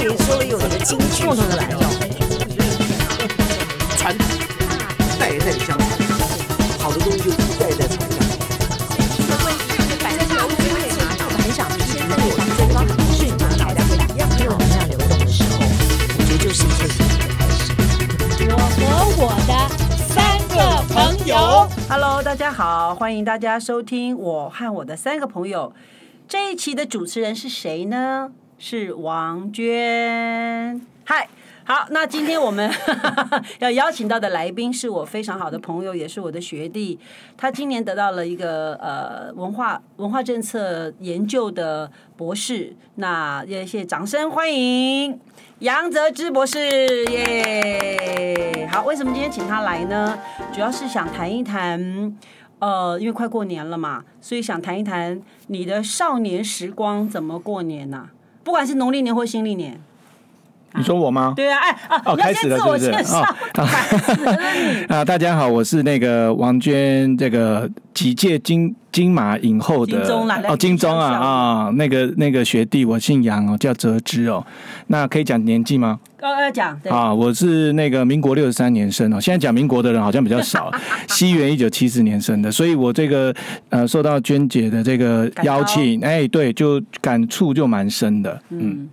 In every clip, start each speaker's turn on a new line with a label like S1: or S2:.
S1: 于说了有你的金句，共同的来用。
S2: 传统代代相传，好的东西就是代代传下来。
S1: 我很想批评对方说方很顺畅，大家不一样，因为我们这样流动的时候，我觉得就是一件有趣的开始。
S3: 和我的三个朋友。
S4: Hello，大家好，欢迎大家收听我和我的三个朋友。这一期的主持人是谁呢？是王娟。嗨，好，那今天我们 要邀请到的来宾是我非常好的朋友，也是我的学弟。他今年得到了一个呃文化文化政策研究的博士。那也谢谢掌声欢迎杨泽之博士，耶！好，为什么今天请他来呢？主要是想谈一谈，呃，因为快过年了嘛，所以想谈一谈你的少年时光怎么过年呐、不管是农历年或新历年。
S5: 你说我吗？
S4: 对啊，哎啊，
S5: 哦，
S4: 你要
S5: 开始
S4: 先
S5: 了
S4: 自
S5: 是
S4: 我
S5: 不是？
S4: 介绍，
S5: 哦， 啊，大家好，我是那个王娟，这个几届金金马影后的
S4: 金钟啦来
S5: 哦，金钟啊
S4: 你想想
S5: 啊、那个那个学弟，我姓杨哦，叫哲之哦。那可以讲年纪吗？
S4: 呃，要讲对，
S5: 啊，我是那个民国六十三年生哦，现在讲民国的人好像比较 少，西元一九七四年生的，所以我这个呃受到娟姐的这个邀请，哎，对，就感触就蛮深的，嗯
S4: 嗯。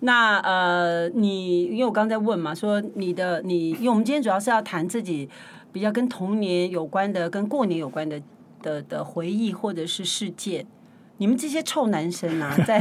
S4: 那呃，你因为我刚在问嘛，说你的你，因为我们今天主要是要谈自己比较跟童年有关的、跟过年有关的的的回忆或者是事件。你们这些臭男生啊， 在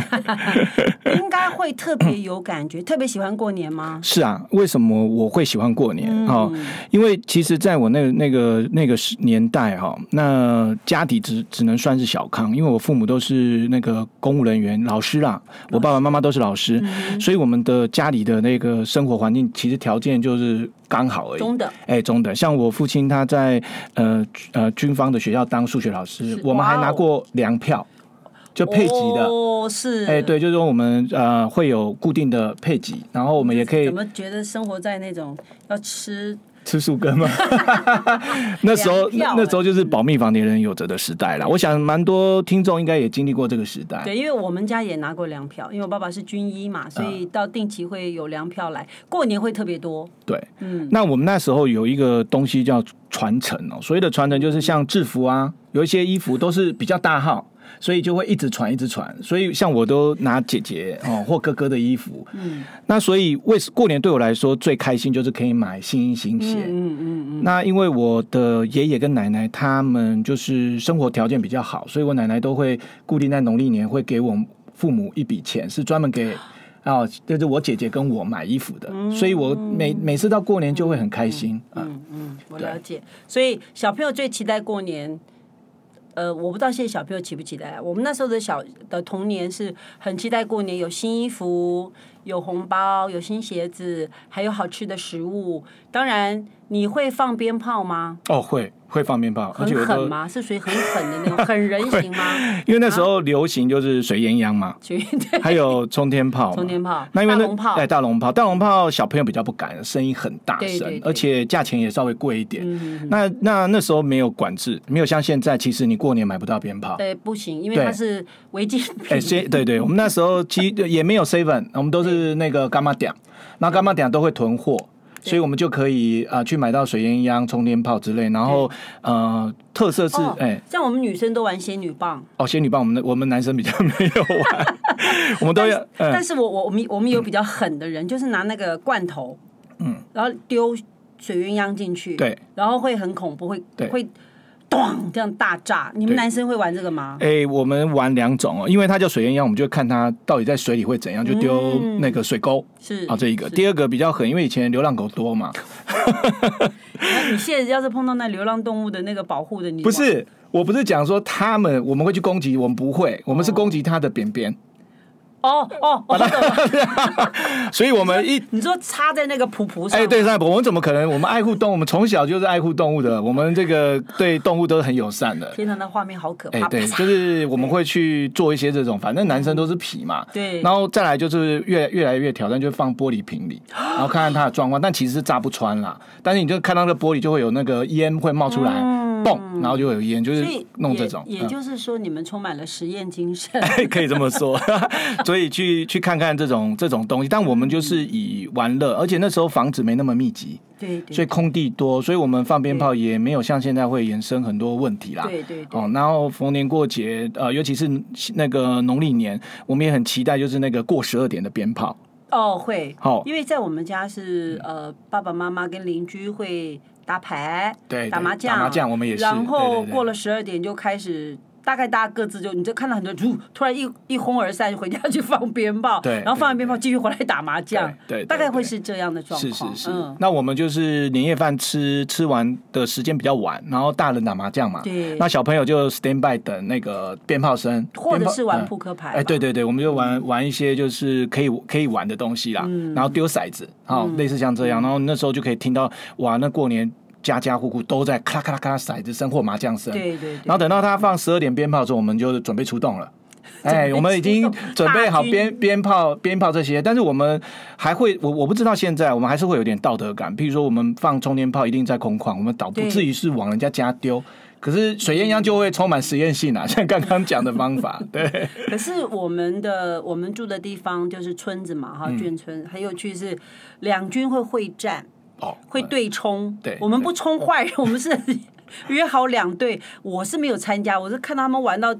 S4: 应该会特别有感觉，特别喜欢过年吗？
S5: 是啊，为什么我会喜欢过年？
S4: 嗯
S5: 哦，因为其实在我那个那个那个时年代哈、哦，那家底只只能算是小康，因为我父母都是那个公务人员、老师啦，我爸爸妈妈都是老师，
S4: 嗯
S5: 所以我们的家里的那个生活环境其实条件就是刚好而已。
S4: 中等，
S5: 哎，中等。像我父亲他在呃呃军方的学校当数学老师
S4: 是，
S5: 我们还
S4: 哇
S5: 拿
S4: 哦
S5: 过粮票，就配给的。
S4: 哦，是，
S5: 哎，对，就是说我们呃会有固定的配给，然后我们也可以
S4: 怎么觉得生活在那种要吃
S5: 吃树根吗？ 那时候
S4: 粮票
S5: 那
S4: 欸
S5: 那时候就是保密房年人有责的时代啦。我想蛮多听众应该也经历过这个时代。
S4: 对，因为我们家也拿过粮票，因为我爸爸是军医嘛，所
S5: 啊
S4: 以到定期会有粮票来，过年会特别多。
S5: 对
S4: 嗯，
S5: 那我们那时候有一个东西叫传承哦，所谓的传承就是像制服啊，有一些衣服都是比较大号，所以就会一直传一直传。所以像我都拿姐姐哦或哥哥的衣服，嗯，那所以为过年对我来说最开心就是可以买新衣新鞋，
S4: 嗯嗯嗯，
S5: 那因为我的爷爷跟奶奶他们就是生活条件比较好，所以我奶奶都会固定在农历年会给我父母一笔钱，是专门给。哦，就是我姐姐跟我买衣服的，
S4: 嗯
S5: 所以我每每次到过年就会很开心。嗯，
S4: 我
S5: 对
S4: 了解。所以小朋友最期待过年。呃，我不知道现在小朋友期不期待啊。我们那时候的小的童年是很期待过年，有新衣服，有红包，有新鞋子，还有好吃的食物。当然，你会放鞭炮吗？
S5: 哦，会会放鞭炮，而
S4: 很
S5: 且我
S4: 狠
S5: 都
S4: 吗？是啊属于很狠的那种，很人形吗？
S5: 因为那时候流行就是水烟枪嘛，
S4: 属于对
S5: 还有冲天炮嘛。
S4: 冲天炮、
S5: 那因为
S4: 大
S5: 那
S4: 龙炮
S5: 哎，大龙炮，大龙炮小朋友比较不敢，声音很大声，
S4: 对对对
S5: 而且价钱也稍微贵一点。
S4: 嗯
S5: 那那那时候没有管制，没有像现在，其实你过年买不到鞭炮。
S4: 对，不行，因为
S5: 对
S4: 它是违禁
S5: 哎，
S4: 品。
S5: 先对对，我们那时候其实也没有 seven，我们都是那个干妈点，那干妈点都会囤货，所以我们就可以啊、呃去买到水烟枪、冲天炮之类，然后呃特色是
S4: 哦
S5: 哎。
S4: 像我们女生都玩仙女棒，
S5: 哦，仙女棒，我们我们男生比较 没有玩，我们都要。嗯
S4: 但是我我我们我们有比较狠的人，就是拿那个罐头，嗯，然后丢水鸳鸯进去，
S5: 对，
S4: 然后会很恐怖，会
S5: 对
S4: 会咚这样大炸。你们
S5: 对
S4: 男生会玩这个吗？
S5: 哎、我们玩两种哦，因为它叫水烟枪，我们就看它到底在水里会怎样，就丢那个水沟。
S4: 嗯是
S5: 啊，这一个，
S4: 是
S5: 第二个比较狠，因为以前流浪狗多嘛，
S4: 那你现在要是碰到那流浪动物的那个保护的，你
S5: 不是，我不是讲说他们我们会去攻击，我们不会，我们是攻击它的便便，
S4: 哦哦，我懂了
S5: 所以我们一
S4: 你说插在那个噗噗上，
S5: 哎，对，上我们怎么可能？我们爱护动物，我们从小就是爱护动物的，我们这个对动物都是很友善的。
S4: 天哪，那画面好可
S5: 哎、
S4: 怕，
S5: 对，
S4: 啪
S5: 就是我们会去做一些这种，反正男生都是皮嘛，
S4: 对
S5: 然后再来就是越越来越挑战，就是放玻璃 瓶里，然后看看它的状况，但其实是炸不穿啦。但是你就看到那个玻璃就会有那个烟会冒出来，蹦，然后就有烟，就是
S4: 嗯所以
S5: 弄
S4: 也
S5: 这种。
S4: 也
S5: 嗯
S4: 就是说，你们充满了实验精神。
S5: 可以这么说， 所以去去看看这种这种东西，但我们就是以玩乐，而且那时候房子没那么密集，
S4: 对
S5: 所以
S4: 对
S5: 空地多，所以我们放鞭炮也没有像现在会衍生很多问题啦。
S4: 对对对
S5: 哦，然后逢年过节，呃，尤其是那个农历年，我们也很期待，就是那个过十二点的鞭炮。
S4: 哦，会
S5: 好
S4: 因为在我们家是呃，爸爸妈妈跟邻居会打牌，
S5: 对
S4: 打
S5: 对
S4: 麻将，
S5: 打麻将我们也是
S4: 然
S5: 对
S4: 后
S5: 对对
S4: 过了十二点就开始。大概大家各自就，你就看到很多人，突突然一一哄而散，回家去放鞭炮，
S5: 对
S4: 然后放完
S5: 对
S4: 鞭炮继续回来打麻将，
S5: 对对对
S4: 大概会
S5: 对
S4: 是这样的状
S5: 是是
S4: 况，
S5: 是、
S4: 嗯，
S5: 那我们就是年夜饭吃吃完的时间比较晚，然后大人打麻将嘛，
S4: 对
S5: 那小朋友就 stand by 等那个鞭炮声，
S4: 或者
S5: 鞭炮
S4: 是玩
S5: 嗯
S4: 扑克牌吧，
S5: 哎，对对对，我们就
S4: 嗯
S5: 玩玩一些就是可以可以玩的东西啦，然后丢骰子，好、
S4: 嗯
S5: 类似像这样，然后那时候就可以听到哇，那过年家家户户都在咔啦咔啦咔啦骰子声或麻将声，
S4: 对对对
S5: 然后等到他放十二点鞭炮的时候，我们就准备出动了。哎，我们已经准备好鞭鞭炮、鞭炮这些，但是我们还会，我我不知道现在我们还是会有点道德感。譬如说，我们放冲天炮一定在空旷，我们倒不
S4: 对
S5: 至于是往人家家丢，可是水鸳鸯就会充满实验性啊，像刚刚讲的方法，对。
S4: 可是我们的我们住的地方就是村子嘛，哈，
S5: 嗯
S4: 眷村。很有趣是，两军会会战，
S5: 哦，
S4: 会对冲。
S5: 对
S4: 我们不冲坏人，我们是 约好两队。我是没有参加，我是看他们玩到。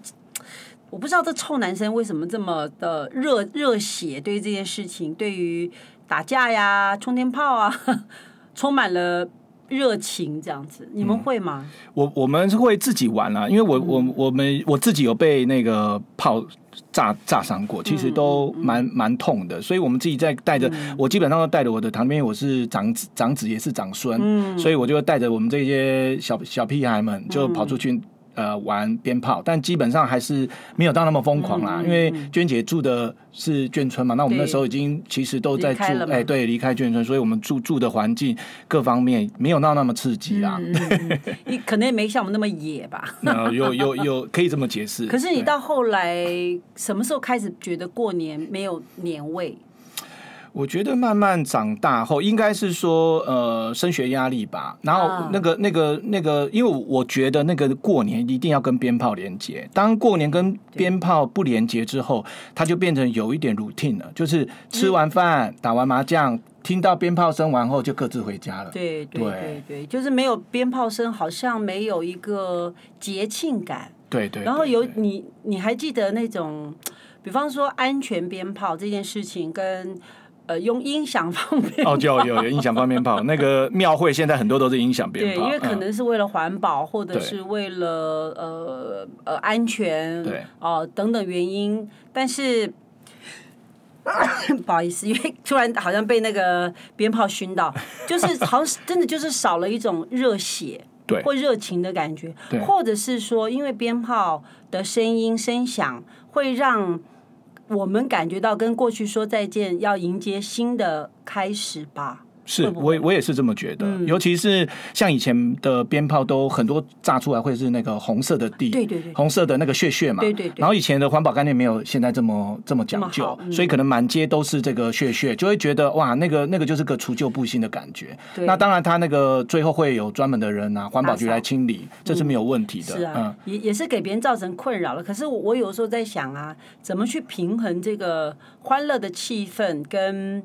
S4: 我不知道这臭男生为什么这么的热热血，对于这件事情，对于打架呀、冲天炮啊， 充满了热情，这样子，
S5: 嗯
S4: 你们会吗？
S5: 我我们是会自己玩啦、因为
S4: 嗯
S5: 我我我们我自己有被那个炮炸炸伤过，其实
S4: 嗯
S5: 都蛮蛮痛的，所以我们自己在带着，我基本上都带着我的堂妹，因为我是长子长子也是长孙，
S4: 嗯
S5: 所以我就带着我们这些小小屁孩们就跑出去。呃，玩鞭炮，但基本上还是没有到那么疯狂
S4: 嗯
S5: 啦，因为娟姐住的是眷村嘛，那我们那
S4: 对
S5: 时候已经其实都在
S4: 离
S5: 住
S4: 开了，嘛
S5: 哎，对，离开眷村，所以我们住住的环境各方面没有到那么刺激啊
S4: 嗯
S5: 啦。
S4: 你可能也没像我们那么野 吧。
S5: 那有有有，可以这么解释。
S4: 可是你
S5: 对
S4: 到后来什么时候开始觉得过年没有年味？
S5: 我觉得慢慢长大后，应该是说呃升学压力吧。然后
S4: 啊
S5: 那个、那个那个，因为我觉得那个过年一定要跟鞭炮连接。当过年跟鞭炮不连接之后，它就变成有一点 routine 了，就是吃完饭、
S4: 嗯
S5: 打完麻将，听到鞭炮声完后就各自回家了。
S4: 对对
S5: 对
S4: 对对，就是没有鞭炮声，好像没有一个节庆感。
S5: 对对。
S4: 然后有
S5: 对对
S4: 你，你还记得那种，比方说安全鞭炮这件事情跟。呃，用音响 放鞭
S5: 哦，有有有音响放鞭炮，那个庙会现在很多都是音响鞭
S4: 对，
S5: 炮，
S4: 因为可
S5: 嗯
S4: 能是为了环保，或者
S5: 对
S4: 是为了呃呃安全，
S5: 对
S4: 哦、等等原因，但是 不好意思，因为突然好像被那个鞭炮熏到， 就是好像是真的就是少了一种热血。
S5: 对
S4: 或热情的感觉
S5: 对，
S4: 或者是说，因为鞭炮的声音声响会让我们感觉到跟过去说再见，要迎接新的开始吧。
S5: 是
S4: 会嗯不
S5: 我
S4: 会
S5: 也我也是这么觉得，尤其是像以前的鞭炮都很多炸出来会是那个红色的地，
S4: 对对对
S5: 红色的那个屑屑嘛，
S4: 对对对
S5: 然后以前的环保概念没有现在这么这么讲
S4: 这么
S5: 究
S4: 好，嗯
S5: 所以可能满街都是这个屑屑，就会觉得哇，那个那个就是个除旧布新的感觉。
S4: 对
S5: 那当然，它那个最后会有专门的人啊，环保局
S4: 打扫
S5: 来清理，这是没有问题的。嗯
S4: 是啊，也也是给别人造成困扰了。可是我我有时候在想啊，怎么去平衡这个欢乐的气氛跟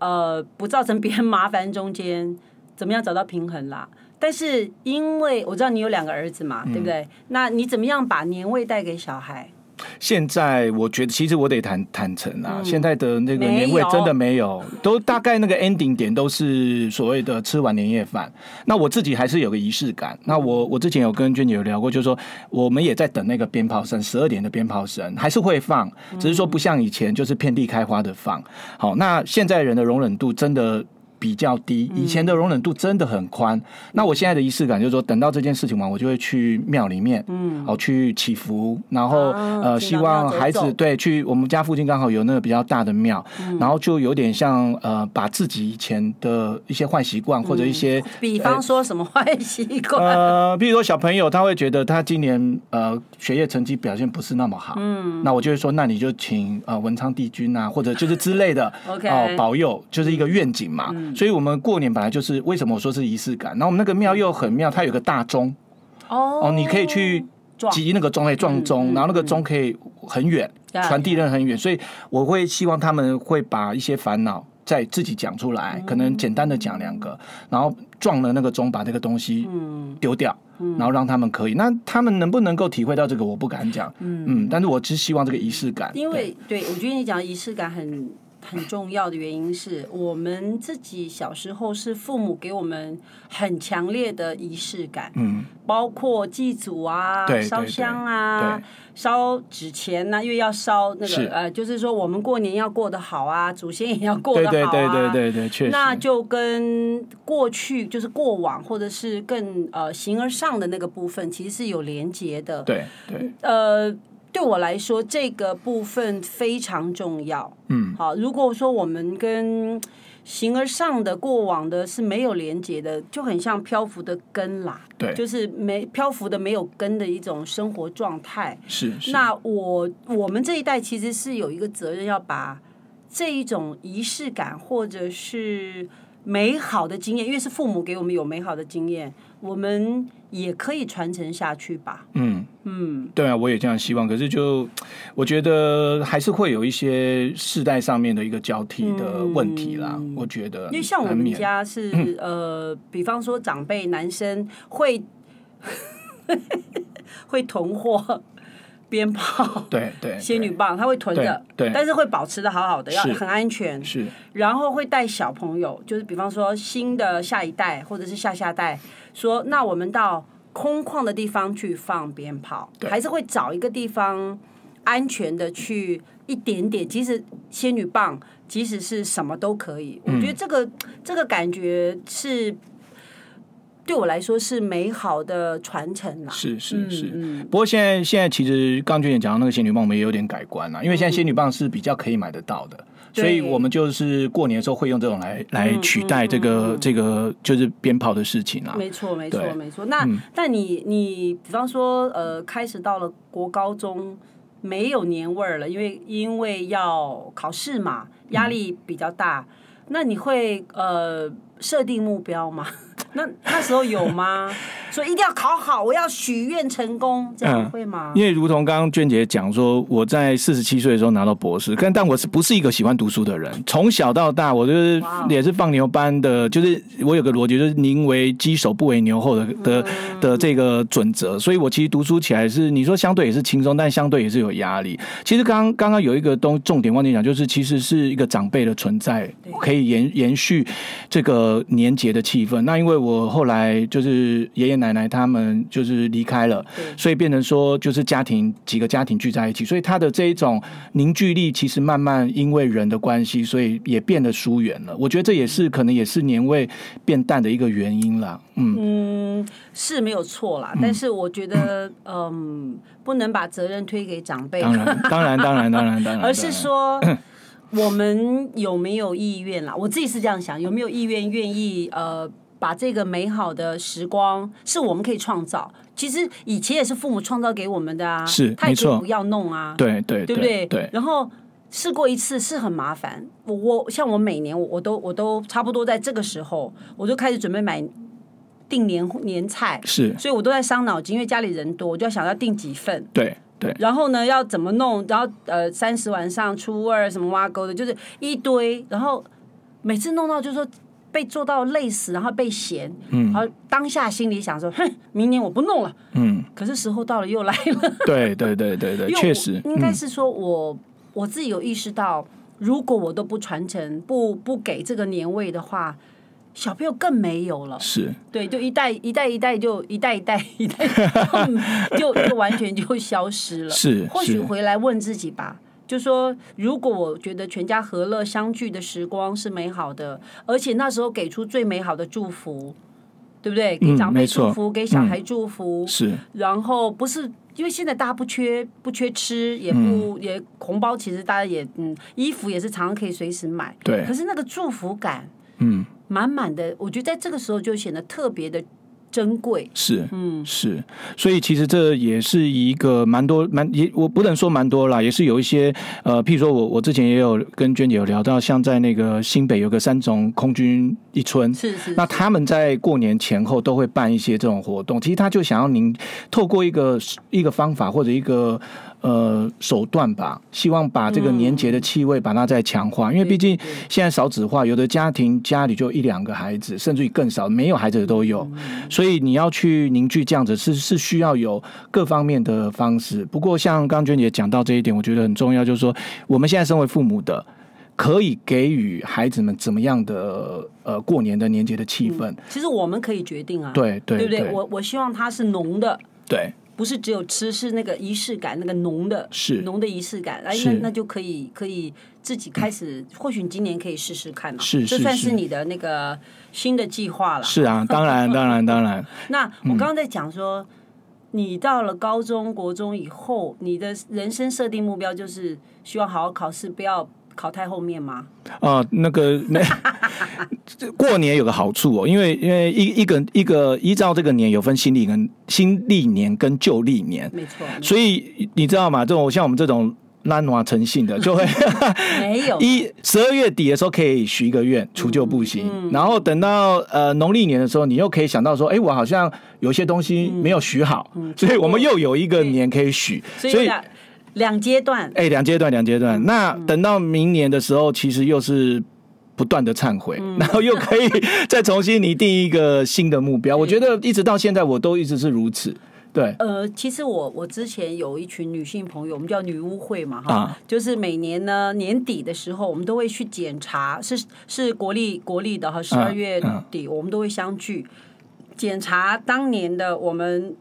S4: 呃不造成别人 麻烦中间，怎么样找到平衡啦？但是因为我知道你有两个儿子嘛，
S5: 嗯
S4: 对不对？那你怎么样把年味带给小孩？
S5: 现在我觉得，其实我得坦坦诚啊，现在的那个
S4: 嗯没
S5: 年味
S4: 有
S5: 真的没有，都大概那个 ending 点都是所谓的吃完年夜饭。那我自己还是有个仪式感。那我
S4: 嗯
S5: 我之前有跟娟姐有聊过，就是说我们也在等那个鞭炮声，十二点的鞭炮声还是会放，只是说不像以前就是遍地开花的放。好，那现在人的容忍度真的。比较低，
S4: 嗯
S5: 以前的容忍度真的很宽。那我现在的仪式感就是说，等到这件事情完，我就会去庙里面，嗯，好去祈福，然后、
S4: 啊
S5: 呃，
S4: 去
S5: 希
S4: 老庙
S5: 望
S4: 走
S5: 孩子
S4: 走
S5: 对，去我们家附近刚好有那个比较大的庙，然后就有点像呃，把自己以前的一些坏习惯或者一些、
S4: 比方说什么 坏习惯？
S5: 哎呃，比如说小朋友他会觉得他今年呃学业成绩表现不是那么好，嗯，那我就会说，那你就请呃文昌帝君啊，或者就是之类的
S4: OK 嗯
S5: 哦保佑，就是一个愿景嘛。所以我们过年本来就是为什么我说是仪式感，然后我们那个庙又很妙，它有个大钟。
S4: 哦
S5: 哦，你可以去
S4: 撞嗯
S5: 击那个钟，哎，撞钟，然后那个钟可以很远，
S4: 对啊
S5: 传递的很远，所以我会希望他们会把一些烦恼再自己讲出
S4: 嗯
S5: 来，可能简单的讲两个，然后撞了那个钟，把这个东西
S4: 嗯
S5: 丢掉。然后让他们可以，那他们能不能够体会到这个，我不敢讲，嗯但是我只希望这个仪式感，
S4: 因为对我觉得你讲仪式感很很重要的原因是我们自己小时候是父母给我们很强烈的仪式感，
S5: 对嗯，
S4: 包括祭祖啊
S5: 对、
S4: 烧
S5: 对
S4: 香啊
S5: 对、
S4: 烧纸钱呐、因为要烧那
S5: 是
S4: 个呃，就是说我们过年要过得好啊，祖先也要过
S5: 对
S4: 得好啊。
S5: 对对对对对，确实，
S4: 那就跟过去就是过往，或者是更呃形而上的那个部分，其实是有连结的。
S5: 对对，
S4: 呃，对我来说，这个部分非常重要。
S5: 嗯，
S4: 好，如果说我们跟形而上的过往的是没有连接的，就很像漂浮的根啦，
S5: 对
S4: 就是没漂浮的没有根的一种生活状态。
S5: 是是，
S4: 那我我们这一代其实是有一个责任，要把这一种仪式感或者是美好的经验，因为是父母给我们有美好的经验，我们也可以传承下去吧。
S5: 嗯嗯，对啊，我也这样希望。可是就我觉得还是会有一些世代上面的一个交替的问题啦。我觉得，
S4: 嗯因为像我
S5: 难
S4: 们
S5: 免嗯
S4: 家是、呃，比方说长辈男生会 会囤货鞭炮、
S5: 对哎对
S4: 仙女棒，他会囤着，
S5: 对对
S4: 但是会保持的好好的，要
S5: 是
S4: 很安全
S5: 对。是
S4: 然后会带小朋友，就是比方说新的下一代或者是下下代，说那我们到空旷的地方去放鞭炮，
S5: 对
S4: 还是会找一个地方安全的去一点点，即使仙女棒，即使是什么都可以。
S5: 嗯
S4: 我觉得这个这个感觉是对我来说是美好的传承啦。
S5: 是是是。
S4: 嗯
S5: 不过现在现在其实刚俊也讲到那个仙女棒，我们也有点改观啊了，因为现在仙女棒是比较可以买得到的。
S4: 嗯对嗯
S5: 所以我们就是过年的时候会用这种来来取代这个、这个就是鞭炮的事情啊啦。
S4: 没错，没错
S5: 对，嗯
S4: 没错。那、但你你比方说，呃，开始到了国高中没有年味儿了，因为因为要考试嘛，压力比较大。那你会呃设定目标吗？ 那那时候有 吗？说一定要考好，我要许愿成功，这样
S5: 嗯
S4: 会吗？
S5: 因为如同刚刚娟姐讲说，我在四十七岁的时候拿到博士，但但我是不是一个喜欢读书的人？从小到大，我就是
S4: 哇哦
S5: 也是放牛班的，就是我有个逻辑，就是宁为鸡首不为牛后的
S4: 嗯
S5: 的的这个准则。所以我其实读书起来是，你说相对也是轻松，但相对也是有压力。其实刚刚刚有一个东重点忘记讲，就是其实是一个长辈的存在
S4: 对，
S5: 可以延延续这个年节的气氛。那因为我后来就是爷爷奶奶他们就是离开了
S4: 对，
S5: 所以变成说就是家庭几个家庭聚在一起，所以他的这一种凝聚力其实慢慢因为人的关系，所以也变得疏远了。我觉得这也是可能也是年味变淡的一个原因啦。嗯，
S4: 嗯，是没有错啦，但是我觉得，嗯，不能把责任推给长辈。
S5: 当然，当然，当然，当然，当然，
S4: 而是说
S5: 嗯
S4: 我们有没有意愿啦？我自己是这样想，有没有意愿愿意呃，把这个美好的时光是我们可以创造。其实以前也是父母创造给我们的啊，
S5: 是
S4: 他也可
S5: 没
S4: 以
S5: 错
S4: 不要弄啊，
S5: 当然对对
S4: 对不对？
S5: 对，
S4: 然后试过一次是很麻烦，我我像我每年我我都我都差不多在这个时候，我就开始准备买订年年菜，
S5: 是，
S4: 所以我都在伤脑筋，因为家里人多，我就要想要订几份。
S5: 对对。
S4: 然后呢，要怎么弄？然后呃，三十晚上、初二什么挖沟的，就是一堆。然后每次弄到就说被做到累死，然后被嫌，然后当下心里想说，哼，明年我不弄了。
S5: 嗯，
S4: 可是时候到了又来了，
S5: 对对对对对，
S4: 因为我
S5: 确实，嗯
S4: 应该是说我、我自己有意识到，如果我都不传承、不不给这个年味的话。小朋友更没有了
S5: 嗯、，是。
S4: 对，就一代一代一代就一代一代一代就 就就完全就消失了。
S5: 是
S4: 或许
S5: 是
S4: 回来问自己吧，就说如果我觉得全家和乐相聚的时光是美好的，而且那时候给出最美好的祝福，对不对？给
S5: 嗯
S4: 长辈
S5: 没错
S4: 祝福，给小
S5: 嗯
S4: 孩祝福，
S5: 是
S4: 然后不是因为现在大家不缺不缺吃，也不、
S5: 嗯
S4: 也红包，其实大家也嗯，衣服也是常常可以随时买，
S5: 对
S4: 可是那个祝福感，
S5: 嗯，
S4: 满满的，我觉得在这个时候就显得特别的珍贵。
S5: 是，嗯，是，所以其实这也是一个蛮多蛮也，我不能说蛮多啦，也是有一些呃，譬如说我我之前也有跟娟姐有聊到，像在那个新北有个三重空军一村，
S4: 是是
S5: 嗯那他们在过年前后都会办一些这种活动，其实他就想要您透过一个一个方法或者一个呃手段吧，希望把这个年节的气味把它再强化，
S4: 嗯
S5: 因为毕竟现在少子化，有的家庭家里就一两个孩子，甚至于更少，没有孩子的都有，
S4: 嗯
S5: 所以你要去凝聚这样子是是需要有各方面的方式。不过像刚娟姐讲到这一点，我觉得很重要，就是说我们现在身为父母的。可以给予孩子们怎么样的呃过年的年节的气氛？
S4: 其实我们可以决定啊，
S5: 对
S4: 嗯
S5: 对
S4: 对不对？
S5: 对
S4: 我我希望它是浓的，
S5: 对，
S4: 不是只有吃，是那个仪式感，那个浓的，
S5: 是
S4: 浓的仪式感。哎，那
S5: 是嗯
S4: 那就可以可以自己开始，或许你今年可以试试看嘛、
S5: 是
S4: 这
S5: 是
S4: 算
S5: 是
S4: 是你的那个新的计划了。
S5: 是啊，当然当然当然，
S4: 那我刚刚在讲说，你到了高中国中以后，你的人生设定目标就是希望好好考试，不要考太后面吗？
S5: 啊，那个那 这过年有个好处哦，因为因为一一个一个依照这个年有分新历跟新历年跟旧历年，
S4: 没错，
S5: 所以你知道吗？这种像我们这种烂娃成性的，就会
S4: 没有
S5: 一十二月底的时候可以许一个愿，除旧布
S4: 嗯
S5: 新，然后等到呃农历年的时候，你又可以想到说，哎，我好像有些东西没有许好，所以我们又有一个年可以许，
S4: 嗯所以嗯两两阶段，
S5: 哎，两阶段，两阶段。那等到明年的时候，其实又是不断的忏悔，
S4: 嗯
S5: 然后又可以再重新拟定一个新的目 标。我觉得一直到现在，我都一直是如此。对，
S4: 呃，其实我我之前有一群女性朋友，我们叫女巫会嘛，哈，
S5: 啊
S4: 就是每年呢年底的时候，我们都会去检查，是是国历国历的哈，十二
S5: 嗯
S4: 月
S5: 嗯
S4: 底、我们都会相聚，检查当年的我们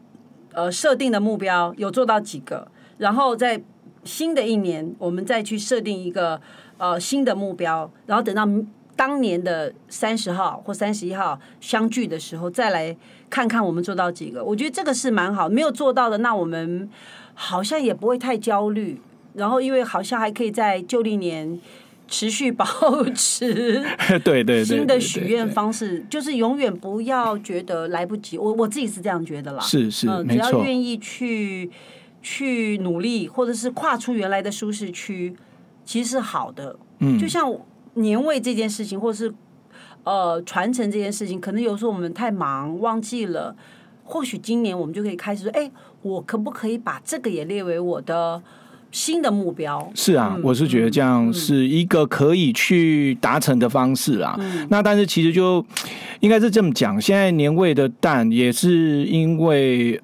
S4: 呃设定的目标有做到几个，然后在新的一年我们再去设定一个呃新的目标，然后等到明当年的三十号或三十一号相聚的时候，再来看看我们做到几个。我觉得这个是蛮好，没有做到的，那我们好像也不会太焦虑。然后，因为好像还可以在旧历年持续保持
S5: 对对对，
S4: 新的
S5: 对
S4: 许
S5: 对
S4: 愿
S5: 对
S4: 方式，就是永远不要觉得来不及。我我自己是这样觉得啦，
S5: 是是
S4: 嗯，只
S5: 没
S4: 要
S5: 错
S4: 愿意去去努力，或者是跨出原来的舒适区，其实是好的。嗯，就像年味这件事情，或是呃传承这件事情，可能有时候我们太忙忘记了。或许今年我们就可以开始说，哎，我可不可以把这个也列为我的新的目标？
S5: 是啊，我是觉得
S4: 嗯
S5: 这样是一个可以去达成的方式啦。
S4: 嗯
S5: 那但是其实就应该是这么讲，现在年味的蛋也是因为。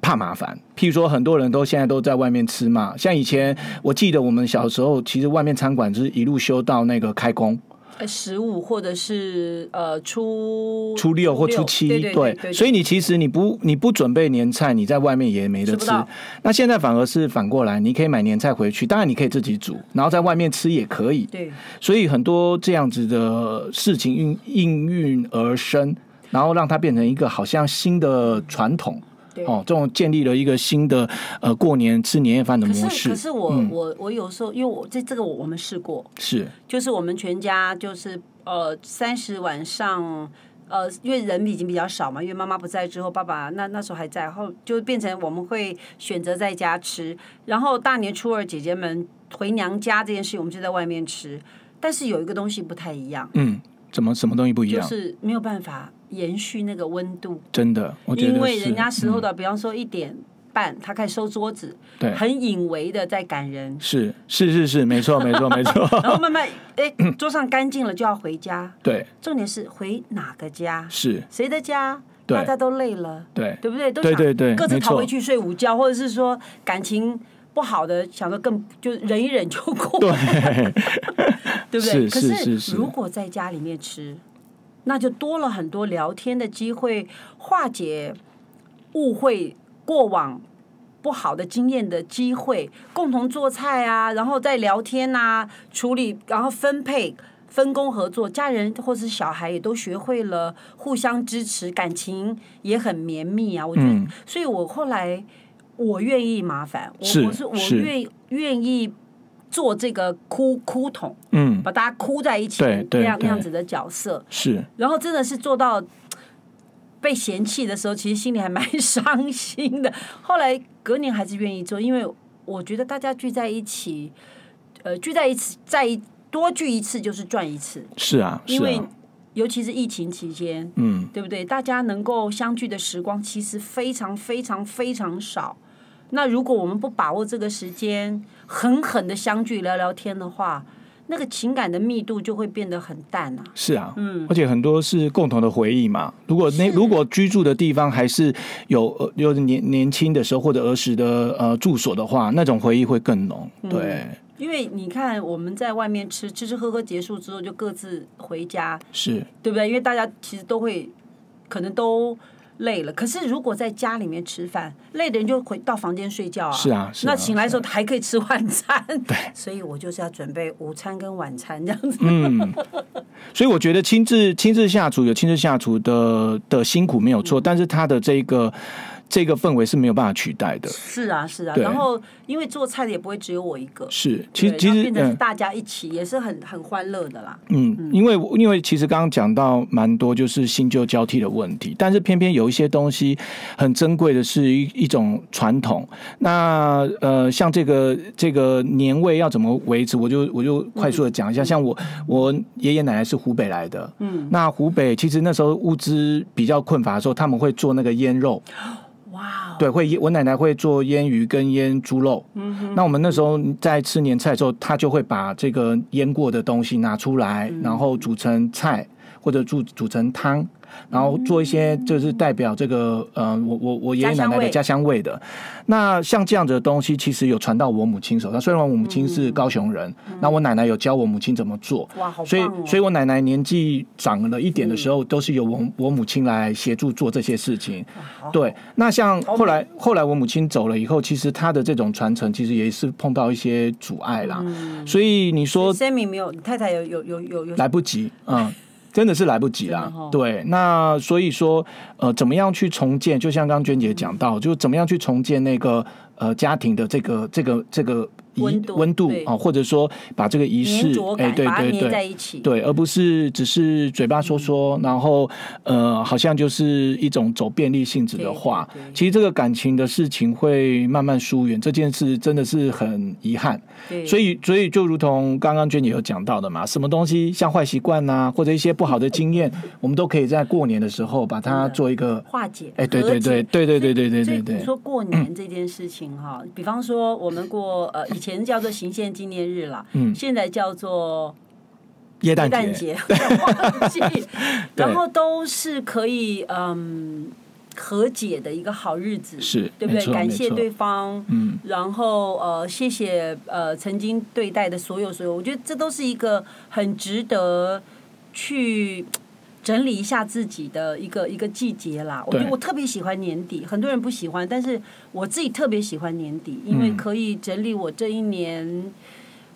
S5: 怕麻烦，譬如说，很多人都现在都在外面吃嘛。像以前，我记得我们小时候，其实外面餐馆是一路修到那个开工，
S4: 呃，十五或者是呃初
S5: 初六或初七，
S4: 对对对，
S5: 所以你其实你不你不准备年菜，你在外面也没得
S4: 吃不
S5: 吃
S4: 到。
S5: 那现在反而是反过来，你可以买年菜回去，当然你可以自己煮，然后在外面吃也可以。
S4: 对
S5: 所以很多这样子的事情应应运而生，然后让它变成一个好像新的传统。
S4: 对
S5: 哦，这种建立了一个新的呃过年吃年夜饭的
S4: 可
S5: 模
S4: 是
S5: 式嗯
S4: 可，是我、我我有时候，因为我这这个我我们试过，
S5: 是
S4: 就是我们全家就是呃三十晚上。呃，因为人已经比较少嘛，因为妈妈不在之后，爸爸那那时候还在，后就变成我们会选择在家吃，然后大年初二姐姐们回娘家这件事情，我们就在外面吃。但是有一个东西不太一样，
S5: 嗯，怎么什么东西不一
S4: 就
S5: 样？
S4: 是没有办法延续那个温度。
S5: 真的，我觉得
S4: 因为
S5: 是
S4: 人家时候
S5: 嗯
S4: 的，比方说一点半，他开始收桌子，
S5: 对，
S4: 很隐微的在赶人
S5: 是是是是，没 错没错没
S4: 然后
S5: 错，
S4: 慢 慢哎，桌上干净了就要回家，
S5: 对，
S4: 重点是回哪个家，
S5: 是，
S4: 谁的家，
S5: 对
S4: 大家都累了，
S5: 对
S4: 对不对？都
S5: 对
S4: 想
S5: 对对
S4: 各自
S5: 没
S4: 逃回
S5: 错
S4: 去睡午觉，或者是说感情。不好的，想说更就忍一忍就过，
S5: 对
S4: 对不对？
S5: 是
S4: 可
S5: 是是是
S4: 如果在家里面吃，那就多了很多聊天的机会，化解误会、过往不好的经验的机会，共同做菜啊，然后再聊天啊，处理，然后分配。分工合作，家人或是小孩也都学会了互相支持，感情也很绵密啊。我觉得，
S5: 嗯
S4: 所以我后来我愿意麻烦，我
S5: 是
S4: 我是我
S5: 是
S4: 愿意愿意做这个哭哭桶，
S5: 嗯
S4: 把大家哭在一起
S5: 对
S4: 那
S5: 对
S4: 样那样
S5: 对
S4: 子的角色，
S5: 是
S4: 然后真的是做到被嫌弃的时候，其实心里还蛮伤心的。 后来隔年还是愿意做，因为我觉得大家聚在一起，呃，聚在一起在一多聚一次就是赚一次，
S5: 是啊，
S4: 因
S5: 是
S4: 为
S5: 啊，
S4: 尤其是疫情期间，
S5: 嗯，
S4: 对不对？大家能够相聚的时光其实非常非常非常少。那如果我们不把握这个时间，狠狠的相聚聊聊天的话，那个情感的密度就会变得很淡啊。
S5: 是啊，嗯，而且很多是共同的回忆嘛。如果那如果居住的地方还是有呃有年年轻的时候或者儿时的呃住所的话，那种回忆会更浓。
S4: 嗯
S5: 对，
S4: 因为你看我们在外面吃吃吃喝喝结束之后，就各自回家，
S5: 是
S4: 对不对？因为大家其实都会，可能都累了。可是如果在家里面吃饭，累的人就回到房间睡觉啊。
S5: 是啊是啊
S4: 那醒来的时候还可以吃晚餐。对。 所以我就是要准备午餐跟晚餐这样 子。
S5: 嗯，所以我觉得亲自亲自下厨有亲自下厨的的辛苦没有
S4: 嗯
S5: 错，但是它的这个这个氛围是没有办法取代的。
S4: 是啊，是啊。
S5: 对
S4: 然后因为做菜的也不会只有我一个。
S5: 是，其实
S4: 对
S5: 其
S4: 然后
S5: 实
S4: 变成是
S5: 嗯
S4: 大家一起，也是很很欢乐的啦。
S5: 嗯，因为因为其实刚刚讲到蛮多就是新旧交替的问题，但是偏偏有一些东西很珍贵的是一一种传统。那呃，像这个这个年味要怎么维持，我就我就快速的讲一下。像我我爷爷奶奶是湖北来的，嗯，那湖北其实那时候物资比较困乏的时候，他们会做那个腌肉，
S4: 哇哦，
S5: 对，会腌我奶奶会做腌鱼跟腌猪肉。那我们那时候在吃年菜的时候，她就会把这个腌过的东西拿出来，然后煮成菜或者煮煮成汤，然后做一些就是代表这个呃，我我我爷爷奶奶的嗯家
S4: 家
S5: 乡味的。那像这样子的东西，其实有传到我母亲手上。虽然我母亲是高雄人，那我奶奶有教我母亲怎么做。
S4: 哇，好棒哦！嗯
S5: 所以，所以我奶奶年纪长了一点的时候，都是由我我母亲来协助做这些事情。对，那像后来后来我母亲走了以后，其实她的这种传承其实也是碰到一些阻碍啦。
S4: 嗯
S5: 所以你说
S4: Sammy 没有，你太太有有有有有
S5: 来不及，嗯。真的是来不及啦
S4: 真的，哦
S5: 对，那所以说，呃，怎么样去重建？就像刚刚娟姐讲到，就怎么样去重建那个呃家庭的这个这个这个仪
S4: 温度
S5: 温度
S4: 对
S5: 啊、或者说把这个仪
S4: 粘
S5: 式
S4: 着，
S5: 哎、
S4: 感，
S5: 对
S4: 把它
S5: 对
S4: 粘
S5: 对，
S4: 在一起。
S5: 对，而不是只是嘴巴说说，
S4: 嗯
S5: 然后呃，好像就是一种走便利性质的话。
S4: 对对对
S5: 其实这个感情的事情会慢慢疏远，这件事真的是很遗憾。
S4: 对，
S5: 所以，所以就如同刚刚娟姐有讲到的嘛，什么东西像坏习惯呐，或者一些不好的经验，我们都可以在过年的时候把它做一个。
S4: 嗯化解。
S5: 哎，对
S4: 和
S5: 对
S4: 解
S5: 对对对对对对
S4: 所以
S5: 对
S4: 你
S5: 对，
S4: 说过年这件事情哈，比方说我们过呃以前叫做行宪纪念日啦，
S5: 嗯
S4: 现在叫做
S5: 耶诞
S4: 诞
S5: 节，
S4: 节， 忘 记，然后都是可以嗯和解的一个好日子，
S5: 是
S4: 对不
S5: 没
S4: 对？
S5: 错
S4: 感
S5: 没
S4: 谢
S5: 错
S4: 对方，
S5: 嗯，
S4: 然后呃谢谢呃曾经对待的所有所有，我觉得这都是一个很值得去。整理一下自己的一个一个季节啦，我觉得
S5: 对
S4: 我特别喜欢年底，很多人不喜欢，但是我自己特别喜欢年底，因为
S5: 嗯
S4: 可以整理我这一年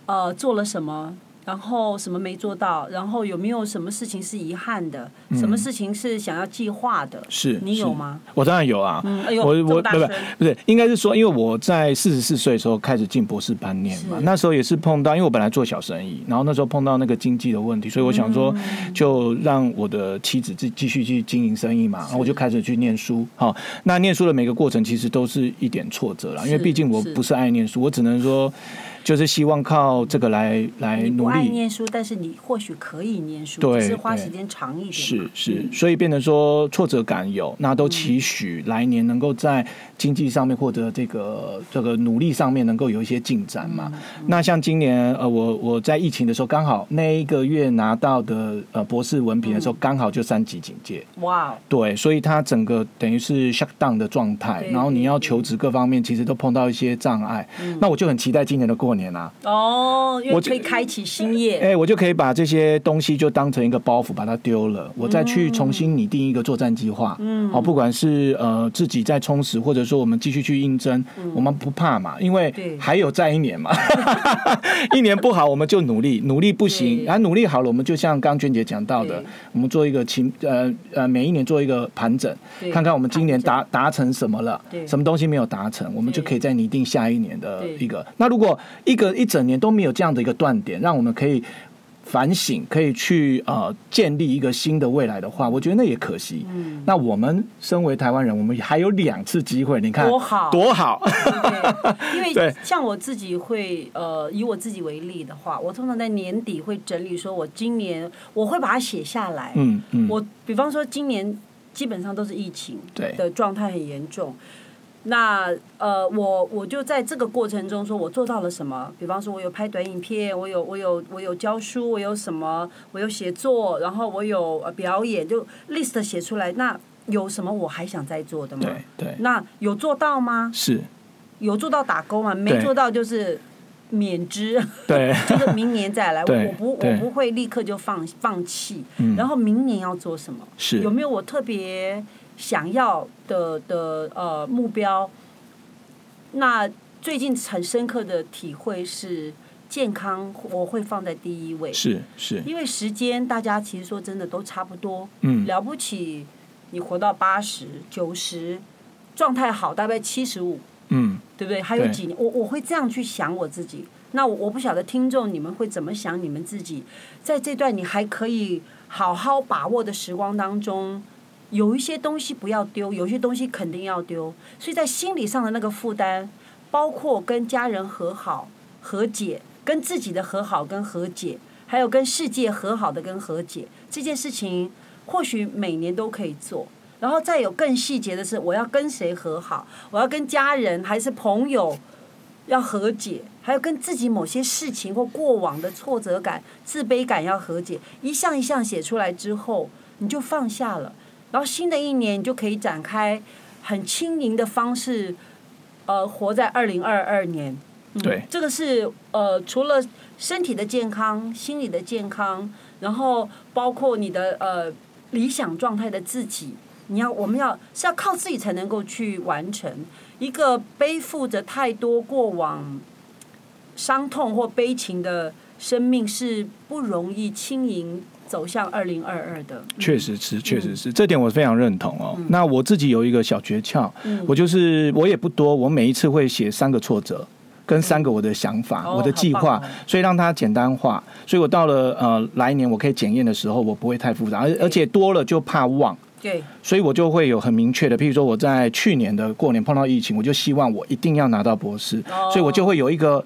S4: 呃做了什么，然后什么没做到，然后有没有什么事情是遗憾的，
S5: 嗯
S4: 什么事情是想要计划的？
S5: 是
S4: 你有
S5: 是
S4: 吗？
S5: 我当然有啊，
S4: 嗯，哎呦，
S5: 我
S4: 这么
S5: 我
S4: 大
S5: 不
S4: 声
S5: 不不是，应该是说，因为我在四十四岁的时候开始进博士班念嘛，那时候也是碰到，因为我本来做小生意，然后那时候碰到那个经济的问题，所以我想说，
S4: 嗯
S5: 就让我的妻子继继续去经营生意嘛，然后我就开始去念书。好，那念书的每个过程其实都是一点挫折啦，因为
S4: 是
S5: 毕竟我
S4: 是
S5: 不是爱念书，我只能说，就是希望靠这个来来
S4: 你不
S5: 努
S4: 爱
S5: 力。
S4: 念书，但是你或许可以念书，
S5: 对
S4: 只是花
S5: 对
S4: 时间长一点嘛。
S5: 是是，
S4: 嗯
S5: 所以变成说挫折感有，那都期许来年能够在经济上面或者这个这个努力上面能够有一些进展嘛。那像今年呃，我我在疫情的时候刚好那一个月拿到的呃博士文凭的时候，刚好就三级警戒，
S4: 哇哦，
S5: 对，所以它整个等于是 shut down 的状态
S4: 对，
S5: 然后你
S4: 对
S5: 要
S4: 对
S5: 求职各方面其实都碰到一些障碍。那我就很期待今年的过年啊，
S4: 哦，因为
S5: 我
S4: 可以开启新业。
S5: 哎、我就可以把这些东西就当成一个包袱，把它丢
S4: 嗯
S5: 了，我再去重新拟定一个作战计划。嗯，好，不管是呃自己在充实，或者说我们继续去应征，我们不怕嘛，因为
S4: 嗯对
S5: 还有再一年嘛， 一年不好我们就努力，努力不行，
S4: 对
S5: 然后、努力好了，我们就像刚娟姐讲到的
S4: 对，
S5: 我们做一个期呃呃每一年做一个盘整
S4: 对，
S5: 看看我们今年
S4: 盘整
S5: 达达成什么了
S4: 对，
S5: 什么东西没有达成，我们就
S4: 对
S5: 可以再拟定呃下一年的
S4: 对
S5: 一个。那如果一个一整年都没有这样的一个断点，让我们可以反省，可以去呃建立一个新的未来的话，我觉得那也可惜。
S4: 嗯
S5: 那我们身为台湾人，我们还有两次机会，你看
S4: 多好
S5: 多好，
S4: 对，因为
S5: 对
S4: 像我自己会，呃，以我自己为例的话，我通常在年底会整理，说我今年我会把它写下来。
S5: 嗯嗯，
S4: 我比方说今年基本上都是疫情
S5: 对
S4: 的状态很严重，那呃，我我就在这个过程中说我做到了什么，比方说我有拍短影片，我有我有我有教书，我有什么，我有写作，然后我有呃表演，就 list 写出来。那有什么我还想再做的吗？
S5: 对对
S4: 那有做到吗？
S5: 是，
S4: 有做到打工吗？没
S5: 对
S4: 做到就是免之。
S5: 对
S4: 就是明年再来，
S5: 对
S4: 我不我
S5: 对
S4: 不会立刻就放放弃。
S5: 嗯
S4: 然后明年要做什么？
S5: 是
S4: 有没有我特别想要的的呃目标？那最近很深刻的体会是，健康我会放在第一位，
S5: 是是，
S4: 因为时间大家其实说真的都差不多，
S5: 嗯
S4: 了不起你活到八十九十，状态好大概七十五，
S5: 嗯
S4: 对不对？还有
S5: 对
S4: 几年，我我会这样去想我自己。那我我不晓得听众你们会怎么想你们自己，在这段你还可以好好把握的时光当中，有一些东西不要丢，有一些东西肯定要丢，所以在心理上的那个负担，包括跟家人和好、和解，跟自己的和好跟和解，还有跟世界和好的跟和解这件事情，或许每年都可以做。然后再有更细节的是，我要跟谁和好，我要跟家人还是朋友要和解，还有跟自己某些事情或过往的挫折感、自卑感要和解，一项一项写出来之后，你就放下了。然后新的一年，你就可以展开很轻盈的方式，呃，活在二零二二年。
S5: 对
S4: 这个是呃，除了身体的健康、心理的健康，然后包括你的呃理想状态的自己，你要我们要是要靠自己才能够去完成。一个背负着太多过往伤痛或悲情的生命，是不容易轻盈走向二零二二的。
S5: 确实是，确
S4: 嗯
S5: 实是，这点我非常认同哦。那我自己有一个小诀窍，
S4: 嗯
S5: 我就是我也不多，我每一次会写三个挫折。跟三个我的想法，
S4: 哦
S5: 我的计
S4: 好
S5: 划，
S4: 棒哦
S5: 所以让它简单化。所以我到了呃来年我可以检验的时候，我不会太复杂，而而且多了就怕忘，
S4: 对，
S5: 所以我就会有很明确的，譬如说我在去年的过年碰到疫情，我就希望我一定要拿到博士，
S4: 哦
S5: 所以我就会有一个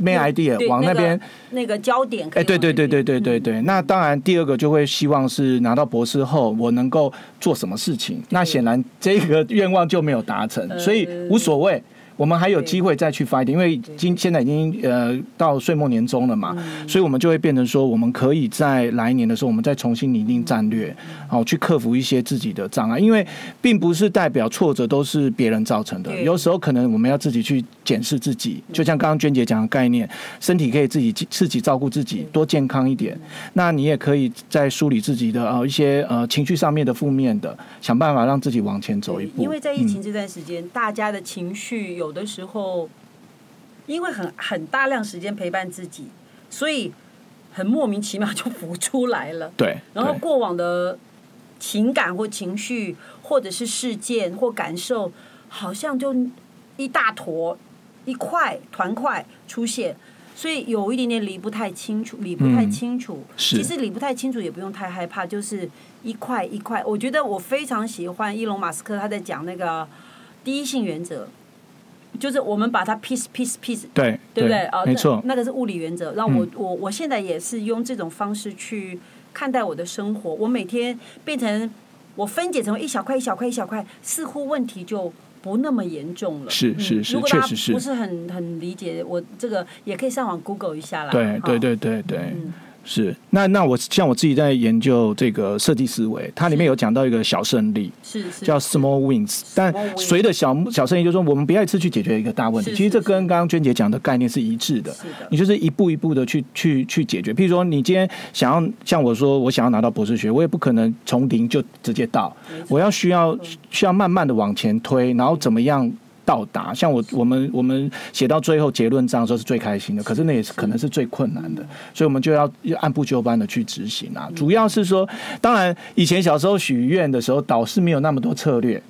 S5: main
S4: 对
S5: idea 往那边
S4: 个那个焦点可以
S5: 哎，
S4: 往那边。
S5: 对
S4: 嗯
S5: 对对对对对对。那当然，第二个就会希望是拿到博士后，我能够做什么事情。那显然这个愿望就没有达成，
S4: 呃
S5: 所以无所谓。我们还有机会再去发一点，因为今现在已经呃到岁末年终了嘛，
S4: 嗯
S5: 所以我们就会变成说，我们可以在来年的时候，我们再重新拟定战略，
S4: 嗯
S5: 好、去克服一些自己的障碍，因为并不是代表挫折都是别人造成的，
S4: 对
S5: 有时候可能我们要自己去检视自己，就像刚刚娟姐讲的概念，身体可以自己自己照顾自己，多健康一
S4: 嗯
S5: 点。那你也可以在梳理自己的呃一些呃情绪上面的负面的，想办法让自己往前走一
S4: 对
S5: 步。
S4: 因为在疫
S5: 嗯
S4: 情这段时间，大家的情绪有的时候，因为很很大量时间陪伴自己，所以很莫名其妙就浮出来了。
S5: 对，
S4: 然后
S5: 对
S4: 过往的情感或情绪，或者是事件或感受，好像就一大坨一块团块出现，所以有一点点理不太清楚，理不太
S5: 嗯
S4: 清楚。
S5: 是
S4: 其实理不太清楚也不用太害怕，就是一块一块。我觉得我非常喜欢伊隆马斯克他在讲那个第一性原则，就是我们把它 piece piece piece
S5: 对
S4: 对不对？哦，
S5: 没
S4: 那
S5: 错，嗯
S4: 那个是物理原则。让我、我我现在也是用这种方式去看待我的生活。我每天变成我分解成为一小块一小块一小块，似乎问题就不那么严重了。
S5: 是是是
S4: 嗯如果
S5: 确
S4: 大家
S5: 实是
S4: 不是很很理解我这个，也可以上网 Google 一下啦。
S5: 对
S4: 哈嗯
S5: 对。对对对。是，那那我像我自己在研究这个设计思维，它里面有讲到一个小胜利，
S4: 是是
S5: 叫 small wins。但
S4: wins
S5: 随着小小生意，就是说我们不要一次去解决一个大问题。
S4: 是
S5: 其实
S4: 是
S5: 这跟刚刚娟姐讲的概念是一致的。
S4: 是的
S5: 你就是一步一步的去去去解决。譬如说，你今天想要像我说，我想要拿到博士学位，我也不可能从零就直接到，我要需要需要慢慢的往前推，然后怎么样？到达像我我们我们写到最后结论章的时候是最开心的，可是那也是可能是最困难的，所以我们就要要按部就班的去执行啊。主要是说，当然以前小时候许愿的时候，导师没有那么多策略，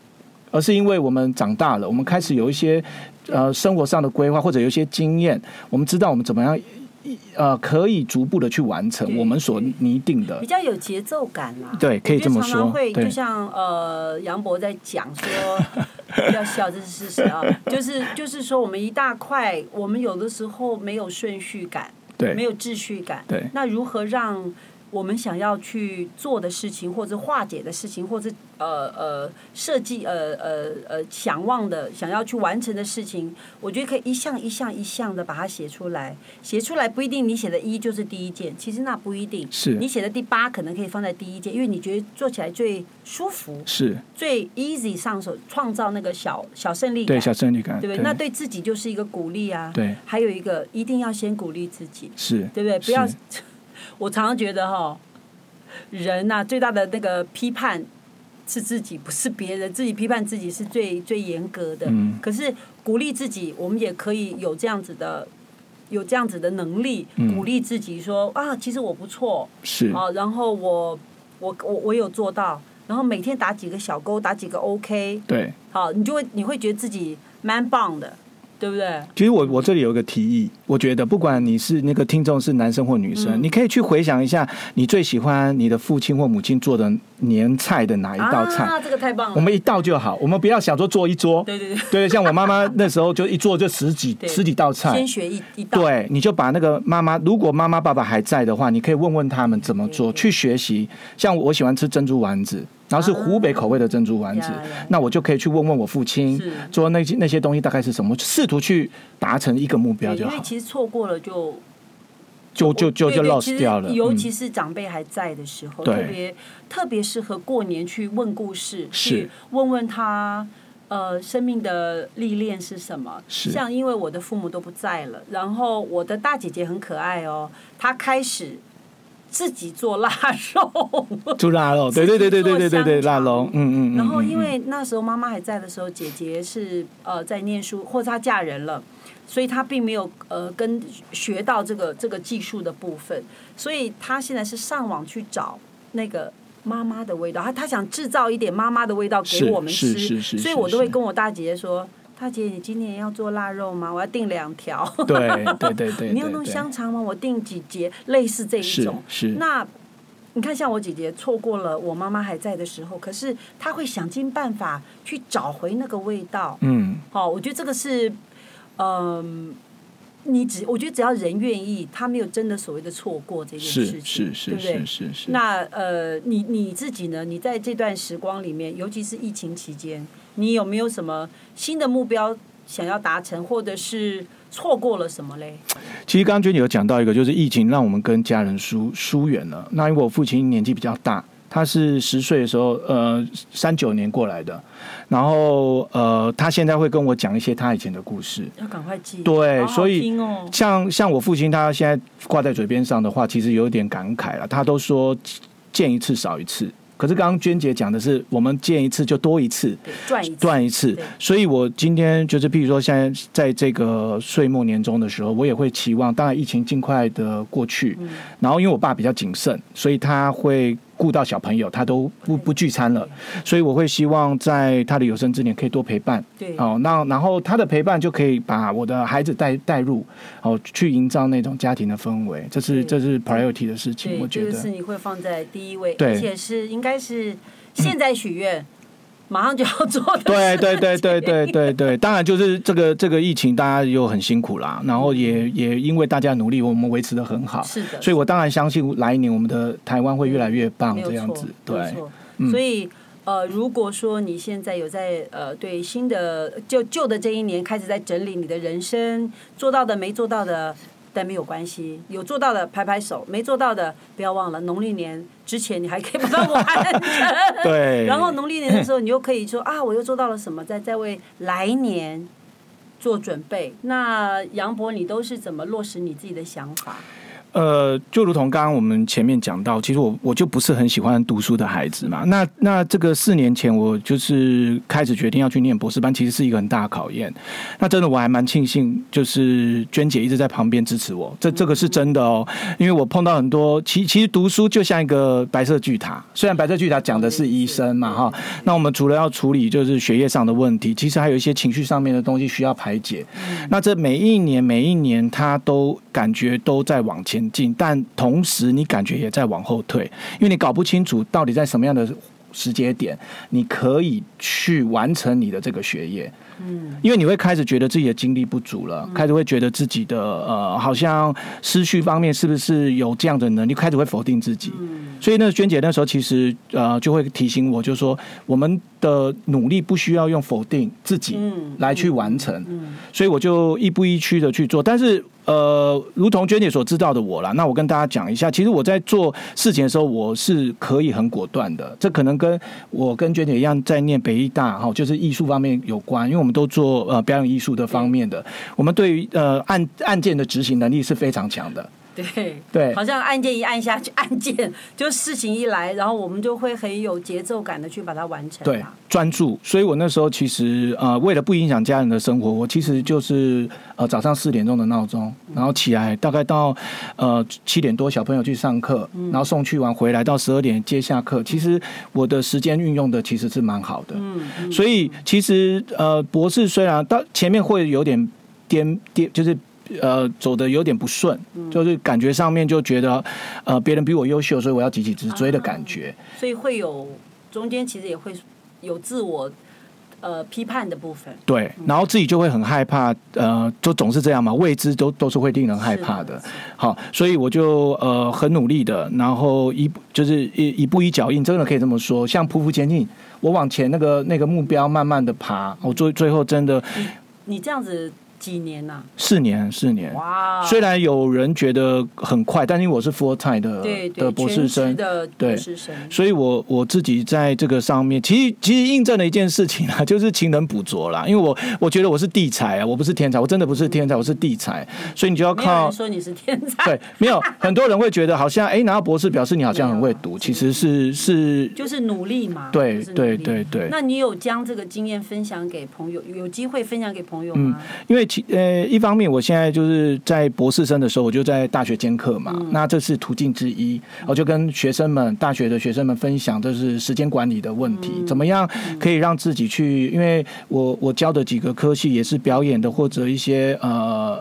S5: 而是因为我们长大了，我们开始有一些呃生活上的规划，或者有一些经验，我们知道我们怎么样呃可以逐步的去完成
S4: 对
S5: 我们所拟定的
S4: 比。较有节奏感啦、
S5: 对可以这么说
S4: 我觉得常常会
S5: 对
S4: 就像呃杨博在讲说， 不要笑，这是事实啊。就是就是说，我们一大块，我们有的时候没有顺序感，
S5: 对
S4: 没有秩序感。
S5: 对
S4: 那如何让我们想要去做的事情，或者化解的事情，或者呃呃设计呃呃呃想望的、想要去完成的事情，我觉得可以一项一项一项的把它写出来。写出来不一定你写的一就是第一件，其实那不一定。
S5: 是
S4: 你写的第八可能可以放在第一件，因为你觉得做起来最舒服、
S5: 是，
S4: 最 easy 上手，创造那个小小胜利感。
S5: 对小胜率感，
S4: 啊对不对？那对自己就是一个鼓励啊。
S5: 对
S4: 还有一个，一定要先鼓励自己。
S5: 是，
S4: 对不对？不要
S5: 是，
S4: 我常常觉得哈、人呐、最大的那个批判是自己，不是别人。自己批判自己是最最严格的。
S5: 嗯
S4: 可是鼓励自己，我们也可以有这样子的，有这样子的能力，
S5: 嗯
S4: 鼓励自己说啊，其实我不错
S5: 是
S4: 啊，然后我我我我有做到，然后每天打几个小勾，打几个 OK，
S5: 对。
S4: 好，你就会你会觉得自己蛮棒的，对不对？
S5: 其实我我这里有一个提议，我觉得不管你是那个听众是男生或女
S4: 嗯
S5: 生，你可以去回想一下你最喜欢你的父亲或母亲做的年菜的哪一道菜，
S4: 啊，这个太棒了。
S5: 我们一道就好，我们不要想说做一桌。
S4: 对对对
S5: 对，像我妈妈那时候就一做就十几
S4: 对
S5: 十几道菜
S4: 先。学一一道。
S5: 对，你就把那个妈妈，如果妈妈爸爸还在的话，你可以问问他们怎么做，
S4: 嗯
S5: 去学习。像我喜欢吃珍珠丸子，然后是湖北口味的珍珠丸子，
S4: 啊呀呀
S5: 那我就可以去问问我父亲
S4: 是，
S5: 说那些那些东西大概是什么，试图去达成一个目标
S4: 对，
S5: 就
S4: 因
S5: 好
S4: 为，其实错过了就
S5: 就就就
S4: 对
S5: 就
S4: 对
S5: lost
S4: 其实
S5: 掉了。
S4: 尤
S5: 嗯
S4: 其是长辈还在的时候，
S5: 对
S4: 特别特别适合过年去问故事，
S5: 是
S4: 去问问他。呃，生命的历练是什么？
S5: 是
S4: 像因为我的父母都不在了，然后我的大姐姐很可爱哦，她开始自己做腊肉，
S5: 猪腊肉，对对对对对对对对，
S4: 自己做香
S5: 腊
S4: 肠
S5: 肉，嗯嗯嗯。
S4: 然后因
S5: 嗯
S4: 为那时候妈妈还在的时候，姐姐是呃在念书，或者她嫁人了，所以她并没有呃跟学到这个这个技术的部分，所以她现在是上网去找那个。妈妈的味道，她她想制造一点妈妈的味道给
S5: 是
S4: 我们
S5: 是
S4: 吃，
S5: 是是
S4: 所以
S5: 是
S4: 我都会
S5: 是
S4: 跟我大姐姐说：“大姐，你今年要做腊肉吗？我要订两条。
S5: 嗯对对对 对，
S4: 你要
S5: 对
S4: 弄
S5: 对
S4: 香肠吗？我订几节，类似这一
S5: 是
S4: 种。
S5: 是，
S4: 那你看，像我姐姐错过了我妈妈还在的时候，可是她会想尽办法去找回那个味道。
S5: 嗯
S4: 好、我觉得这个是，嗯、你只我觉得只要人愿意，他没有真的所谓的错过这件
S5: 是
S4: 事情，
S5: 是是
S4: 对不对？
S5: 是是是。
S4: 那呃，你你自己呢？你在这段时光里面，尤其是疫情期间，你有没有什么新的目标想要达成，或者是错过了什么嘞？
S5: 其实刚刚娟姐有讲到一个，就是疫情让我们跟家人疏疏远了。那因为我父亲年纪比较大，他是十岁的时候，呃，三九年过来的，然后呃，他现在会跟我讲一些他以前的故事。
S4: 要赶快记，
S5: 对
S4: 好好
S5: 所以
S4: 听哦
S5: 像像我父亲，他现在挂在嘴边上的话，其实有点感慨了。他都说见一次少一次，可是刚刚娟姐讲的是，我们见一次就多一次。
S4: 对转一次
S5: 断一次
S4: 对，
S5: 所以我今天就是，譬如说现在在这个岁末年终的时候，我也会期望，当然疫情尽快的过去，
S4: 嗯
S5: 然后因为我爸比较谨慎，所以他会顾到小朋友，他都不不聚餐了，所以我会希望在他的有生之年可以多陪伴，
S4: 对
S5: 哦，那然后他的陪伴就可以把我的孩子带带入，哦，去营造那种家庭的氛围，这
S4: 对
S5: 是这是 priority 的事情，
S4: 对，
S5: 我觉
S4: 这个
S5: 得
S4: 是你会放在第一位，
S5: 对嗯
S4: 而且是应该是现在许愿，马上就要做 的。
S5: 对对对对对对对，当然就是这个这个疫情，大家又很辛苦啦，然后也也因为大家努力，我们维持的很好，
S4: 嗯是的
S5: 所以我当然相信来年我们的台湾会越来越棒，
S4: 没有
S5: 这样
S4: 错
S5: 子，
S4: 没有
S5: 对，嗯
S4: 错所以。呃，如果说你现在有在呃对新的就旧的这一年开始在整理你的人生，做到的没做到的，但没有关系，有做到的拍拍手，没做到的不要忘了，农历年之前你还可以把它完 成。
S5: 对，
S4: 呃然后农历年的时候，你又可以说啊，我又做到了什么，再再为来年做准备。那杨博，你都是怎么落实你自己的想法？
S5: 呃，就如同刚刚我们前面讲到，其实我我就不是很喜欢读书的孩子嘛。那那这个四年前，我就是开始决定要去念博士班，其实是一个很大的考验。那真的我还蛮庆幸，就是娟姐一直在旁边支持我，这这个是真的哦。因为我碰到很多，其其实读书就像一个白色巨塔，虽然白色巨塔讲的是医生嘛哈，那我们除了要处理就是学业上的问题，其实还有一些情绪上面的东西需要排解。那这每一年每一年，他都感觉都在往前进，但同时你感觉也在往后退，因为你搞不清楚到底在什么样的时间点，你可以去完成你的这个学业。嗯，因为你会开始觉得自己的精力不足了，开始会觉得自己的呃，好像思绪方面是不是有这样的能力，开始会否定自己。所以呢，娟姐那时候其实呃就会提醒我，就说我们的努力不需要用否定自己来去完成，所以我就一步一趋的去做。但是呃，如同娟姐所知道的我啦，那我跟大家讲一下，其实我在做事情的时候，我是可以很果断的。这可能跟我跟娟姐一样在念北艺大哈、就是艺术方面有关，因为我们都做呃表演艺术的方面的，我们对于呃案案件的执行能力是非常强的。
S4: 对
S5: 对
S4: 好像按键一按下去，按键就事情一来，然后我们就会很有节奏感的去把它完成啊
S5: 对
S4: 啦。，
S5: 专注。所以我那时候其实呃，为了不影响家人的生活，我其实就是呃早上四点钟的闹钟，然后起来大概到呃七点多小朋友去上课，然后送去完回来到十二点接下课。其实我的时间运用的其实是蛮好的。嗯，所以其实呃博士虽然到前面会有点颠颠，就是。呃，走的有点不顺，就是感觉上面就觉得，呃，别人比我优秀，所以我要急起直追的感觉。
S4: 所以会有中间其实也会有自我呃批判的部分。
S5: 对，然后自己就会很害怕，呃，就总是这样嘛，未知都都是会令人害怕的。好，所以我就呃很努力的，然后一步就是一一步一脚印，真的可以这么说，像匍匐前进，我往前那个那个目标慢慢的爬，我最最后真的
S4: 你这样子几年呐、
S5: 四年四年。
S4: 哇，
S5: 虽然有人觉得很快，但因为我是 full time 的
S4: 对对
S5: 的呃博士
S4: 全
S5: 生
S4: 职，的博
S5: 对
S4: 士生，
S5: 所以我我自己在这个上面，其实其实印证了一件事情啊， 就是勤能补拙啦。因为我我觉得我是地才啊，我不是天才，我真的不是天才，我是地才，所以你就要
S4: 没有
S5: 靠
S4: 人。说你是天才，
S5: 对，没有很多人会觉得好像哎，拿到博士表示你好像很会
S4: 没有
S5: 读，其实是是
S4: 就是努力嘛。
S5: 对
S4: 就是努力
S5: 对对对
S4: 那你有将这个经验分享给朋友，有机会分享给朋友吗？
S5: 因为其呃，一方面我现在就是在博士生的时候，我就在大学兼课嘛，那这是途径之一，我就跟学生们、大学的学生们分享，这是时间管理的问题，怎么样可以让自己去？因为我我教的几个科系也是表演的或者一些呃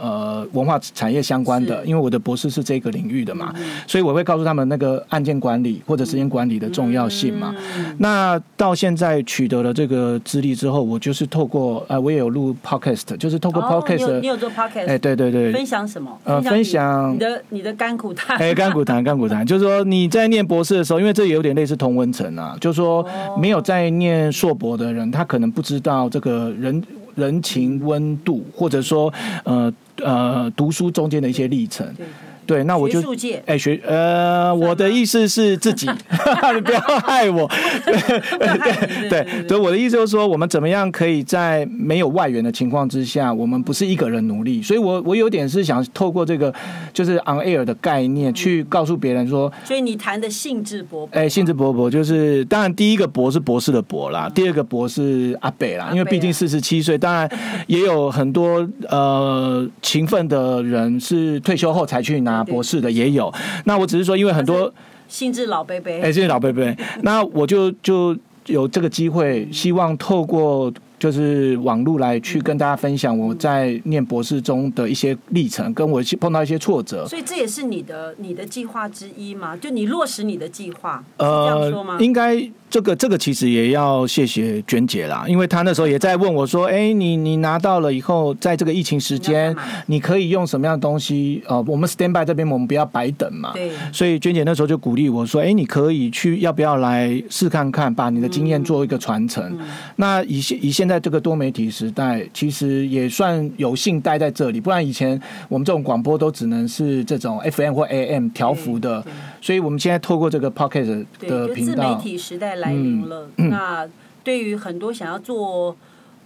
S5: 呃文化产业相关的，
S4: 是
S5: 因为我的博士是这个领域的嘛，
S4: 嗯
S5: 所以我会告诉他们那个案件管理或者时间管理的重要性嘛。
S4: 嗯
S5: 那到现在取得了这个资历之后，我就是透过呃，我也有录 podcast，就是透过
S4: 哦，你
S5: podcast，
S4: 有你
S5: 的
S4: 有做 podcast，、
S5: 哎、对对对
S4: 分，享什么？
S5: 呃
S4: 你
S5: 分享
S4: 你的你的甘苦谈。
S5: 哎，干股谈，干股谈，就是说你在念博士的时候，因为这有点类似同温层啊，就是说
S4: 哦
S5: 没有在念硕博的人，他可能不知道这个人人情温度，或者说呃呃读书中间的一些历程。
S4: 对
S5: 对，那我 就
S4: 学术界
S5: 哎学呃，我的意思是自己， 你不要害我。
S4: 对
S5: 对，所以我的意思就是说，我们怎么样可以在没有外援的情况之下，我们不是一个人努力。所以我我有点是想透过这个就是 on air 的概念，去告诉别人说，
S4: 所以你谈的兴致勃勃。
S5: 哎，兴致勃勃就是，当然第一个博是博士的博啦，第二个博是阿北啦，因为毕竟四十七岁，当然也有很多呃勤奋的人是退休后才去拿博士的，也有。那我只是说，因为很多。
S4: 兴致老贝贝，
S5: 哎、谢谢老贝贝。那我就就有这个机会，希望透过就是网络来去跟大家分享我在念博士中的一些历程，跟我碰到一些挫折。
S4: 所以这也是你的你的计划之一嘛？就你落实你的计划，是这样
S5: 呃
S4: 说吗？，
S5: 应该这个这个其实也要谢谢娟姐啦，因为她那时候也在问 我说：“哎、你你拿到了以后，在这个疫情时
S4: 你要
S5: 间
S4: 干嘛，
S5: 你可以用什么样的东西？呃，我们 stand by 这边，我们不要白等嘛。
S4: 对
S5: 所以娟姐那时候就鼓励我说：“哎、你可以去，要不要来试看看，把你的经验做一个传承？”
S4: 嗯
S5: 那以现以现在这个多媒体时代，其实也算有幸待在这里，不然以前我们这种广播都只能是这种 FM 或 AM 调幅的
S4: 对对，
S5: 所以我们现在透过这个 Pocket
S4: 对，
S5: 的
S4: 就
S5: 频
S4: 自媒
S5: 道，嗯
S4: 体时代来临了。那对于很多想要做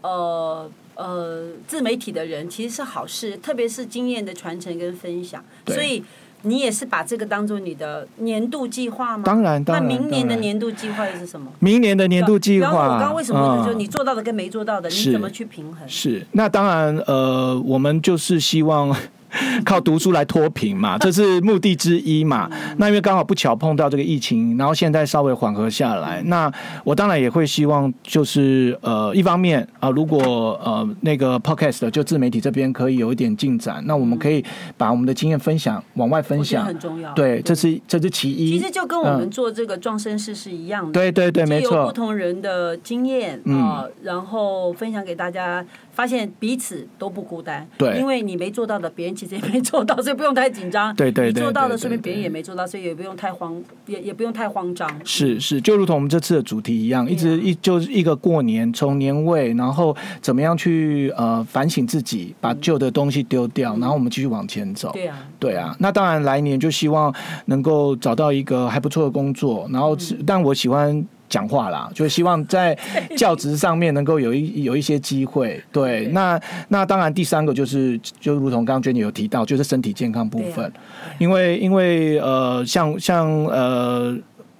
S4: 呃呃自媒体的人，其实是好事，特别是经验的传承跟分享。
S5: 对
S4: 所以你也是把这个当做你的年度计划吗？
S5: 当然当然
S4: 那明年
S5: 当
S4: 的
S5: 然
S4: 年度计划又是什么？
S5: 明年的年度计划，
S4: 然后我刚刚为什么问的就是
S5: 嗯
S4: 你做到的跟没做到的，你
S5: 是
S4: 怎么去平衡？
S5: 是，那当然，呃，我们就是希望 靠读书来脱贫 嘛，这是目的之一嘛。
S4: 嗯
S5: 那因为刚好不巧碰到这个疫情，然后现在稍微缓和下来，那我当然也会希望，就是呃，一方面啊、如果呃那个 podcast 就自媒体这边可以有一点进展，那我们可以把我们的经验分享往外分
S4: 我觉得
S5: 享，
S4: 很重要。
S5: 对，这是这是其
S4: 其
S5: 一。
S4: 实就跟我们
S5: 嗯
S4: 做这个壮绅士是一样的。
S5: 对对对，没
S4: 借由不
S5: 错，
S4: 同人的经验
S5: 嗯
S4: 啊、然后分享给大家，发现彼此都不孤单。
S5: 对
S4: 因为你没做到的，别人其实也没做到，所以不用太紧张。
S5: 对对对
S4: 你做到
S5: 对
S4: 的，
S5: 对
S4: 说明别人
S5: 对
S4: 也没做到，所以也不用太慌，也也不用太慌张。
S5: 是是，就如同我们这次的主题一样，一
S4: 对
S5: 直
S4: 啊
S5: 一就是一个过年，从年尾，然后怎么样去呃反省自己，把旧的东西丢掉，然后我们继续往前走。
S4: 嗯对啊，
S5: 对啊，那当然来年就希望能够找到一个还不错的工作，然后
S4: 嗯
S5: 是、但我喜欢。讲话啦，就希望 在教职上面能够有一有一些机会。对，那那当然第三个就是，就如同刚刚娟姐有提到，就是身体健康部
S4: 啊
S5: 分，因为因为呃，像像呃。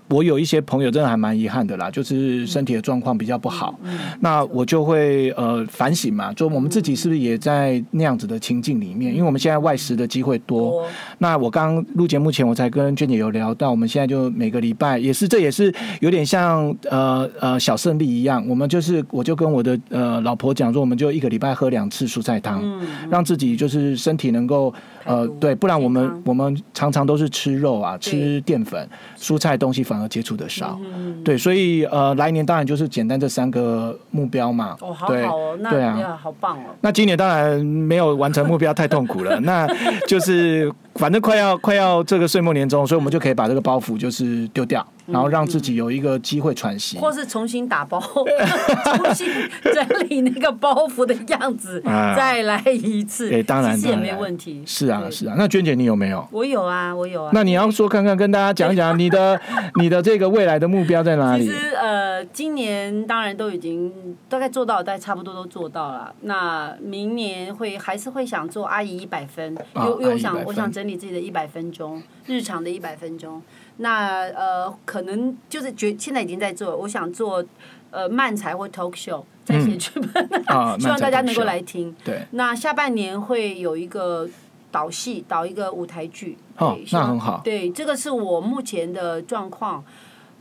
S5: 我有一些朋友真的还蛮遗憾的啦，就是身体的状况比较不好，那我就会呃反省嘛，就我们自己是不是也在那样子的情境里面？因为我们现在外食的机会多，
S4: 我
S5: 那我刚录节目前，我才跟娟姐有聊到，我们现在就每个礼拜也是，这也是有点像呃呃小胜利一样，我们就是我就跟我的呃老婆讲说，我们就一个礼拜喝两次蔬菜汤，
S4: 嗯
S5: 让自己就是身体能够呃
S4: 排毒
S5: 对，不然我
S4: 健
S5: 们
S4: 康
S5: 我们常常都是吃肉啊，
S4: 对
S5: 吃淀粉，蔬菜东西反而接触的少，
S4: 嗯
S5: 对，所以呃来年当然就是简单这三个目标嘛，
S4: 哦，好
S5: 对
S4: 好哦，那
S5: 对
S4: 哎
S5: 啊
S4: 呀。好棒哦。
S5: 那今年当然没有完成目标，太痛苦 了。那就是反正快要快要这个岁末年终，所以我们就可以把这个包袱就是丢掉，然后让自己有一个机会喘息。
S4: 或是重新打 包，重新整理那个包袱的样子，
S5: 啊
S4: 再来一次。
S5: 哎当然
S4: 其实也
S5: 当
S4: 没
S5: 然
S4: 问题。
S5: 是啊
S4: 对
S5: 是啊，那娟姐你有没有？
S4: 我有啊，我有啊。
S5: 那你要说看看，跟大家讲一讲你的你的这个未来的目标在哪
S4: 其
S5: 里？
S4: 实呃，今年当然都已经大概做到，大概差不多都做到了。那明年会还是会想做阿姨一百分，因
S5: 啊
S4: 为因为
S5: 阿
S4: 我
S5: 姨100
S4: 想我想
S5: 分
S4: 整理自己的一百分钟，日常的一百分钟。那呃，可能就是觉现在已经在做，我想做呃漫才或 talk show，在写剧本，
S5: 嗯啊
S4: 希望大家能够。
S5: 慢才
S4: 来听。
S5: 对，
S4: 那下半年会有一个导戏，导一个舞台剧。
S5: 哦
S4: 对希望
S5: 那很好
S4: 对，这个是我目前的状况。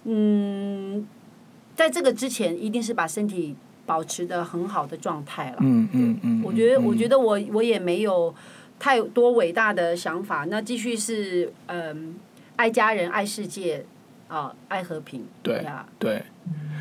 S4: 嗯，在这个之前，一定是把身体保持的很好的状态了。
S5: 嗯嗯嗯，
S4: 我觉得，我觉
S5: 得
S4: 得我我也没有太多伟大的想法。那继续是嗯，爱家人，爱世界，啊、爱和平。
S5: 对
S4: 啊，
S5: 对。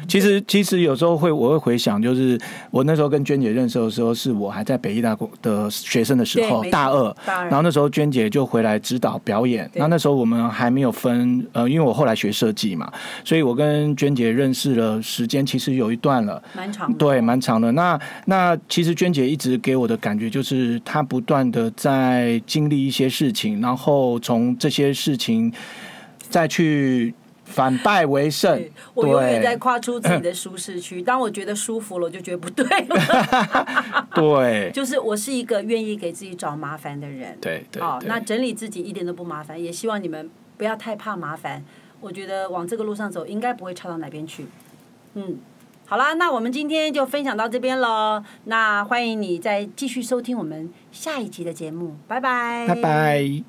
S5: 其实，其实有时候会，我会回想，就是我那时候跟娟姐认识的时候，是我还在北医大的学生的时候，
S4: 对没错
S5: 大二，
S4: 当
S5: 然后
S4: 然，
S5: 那时候娟姐就回来指导表演，那那时候我们还没有分，呃，因为我后来学设计嘛，所以我跟娟姐认识了时间其实有一段了，
S4: 蛮长的。
S5: 对，蛮长的。那那其实娟姐一直给我的感觉就是，她不断的在经历一些事情，然后从这些事情再去反败为胜
S4: 对。我永远
S5: 对
S4: 在跨出自己的舒适区。当我觉得舒服了，我就觉得不对了。
S5: 对
S4: 就是我是一个愿意给自己找麻烦的人。
S5: 对对
S4: 哦，
S5: 对
S4: 那整理自己一点都不麻烦，也希望你们不要太怕麻烦。我觉得往这个路上走，应该不会差到哪边去。嗯，好啦，那我们今天就分享到这边喽。那欢迎你再继续收听我们下一集的节目，拜拜，
S5: 拜拜。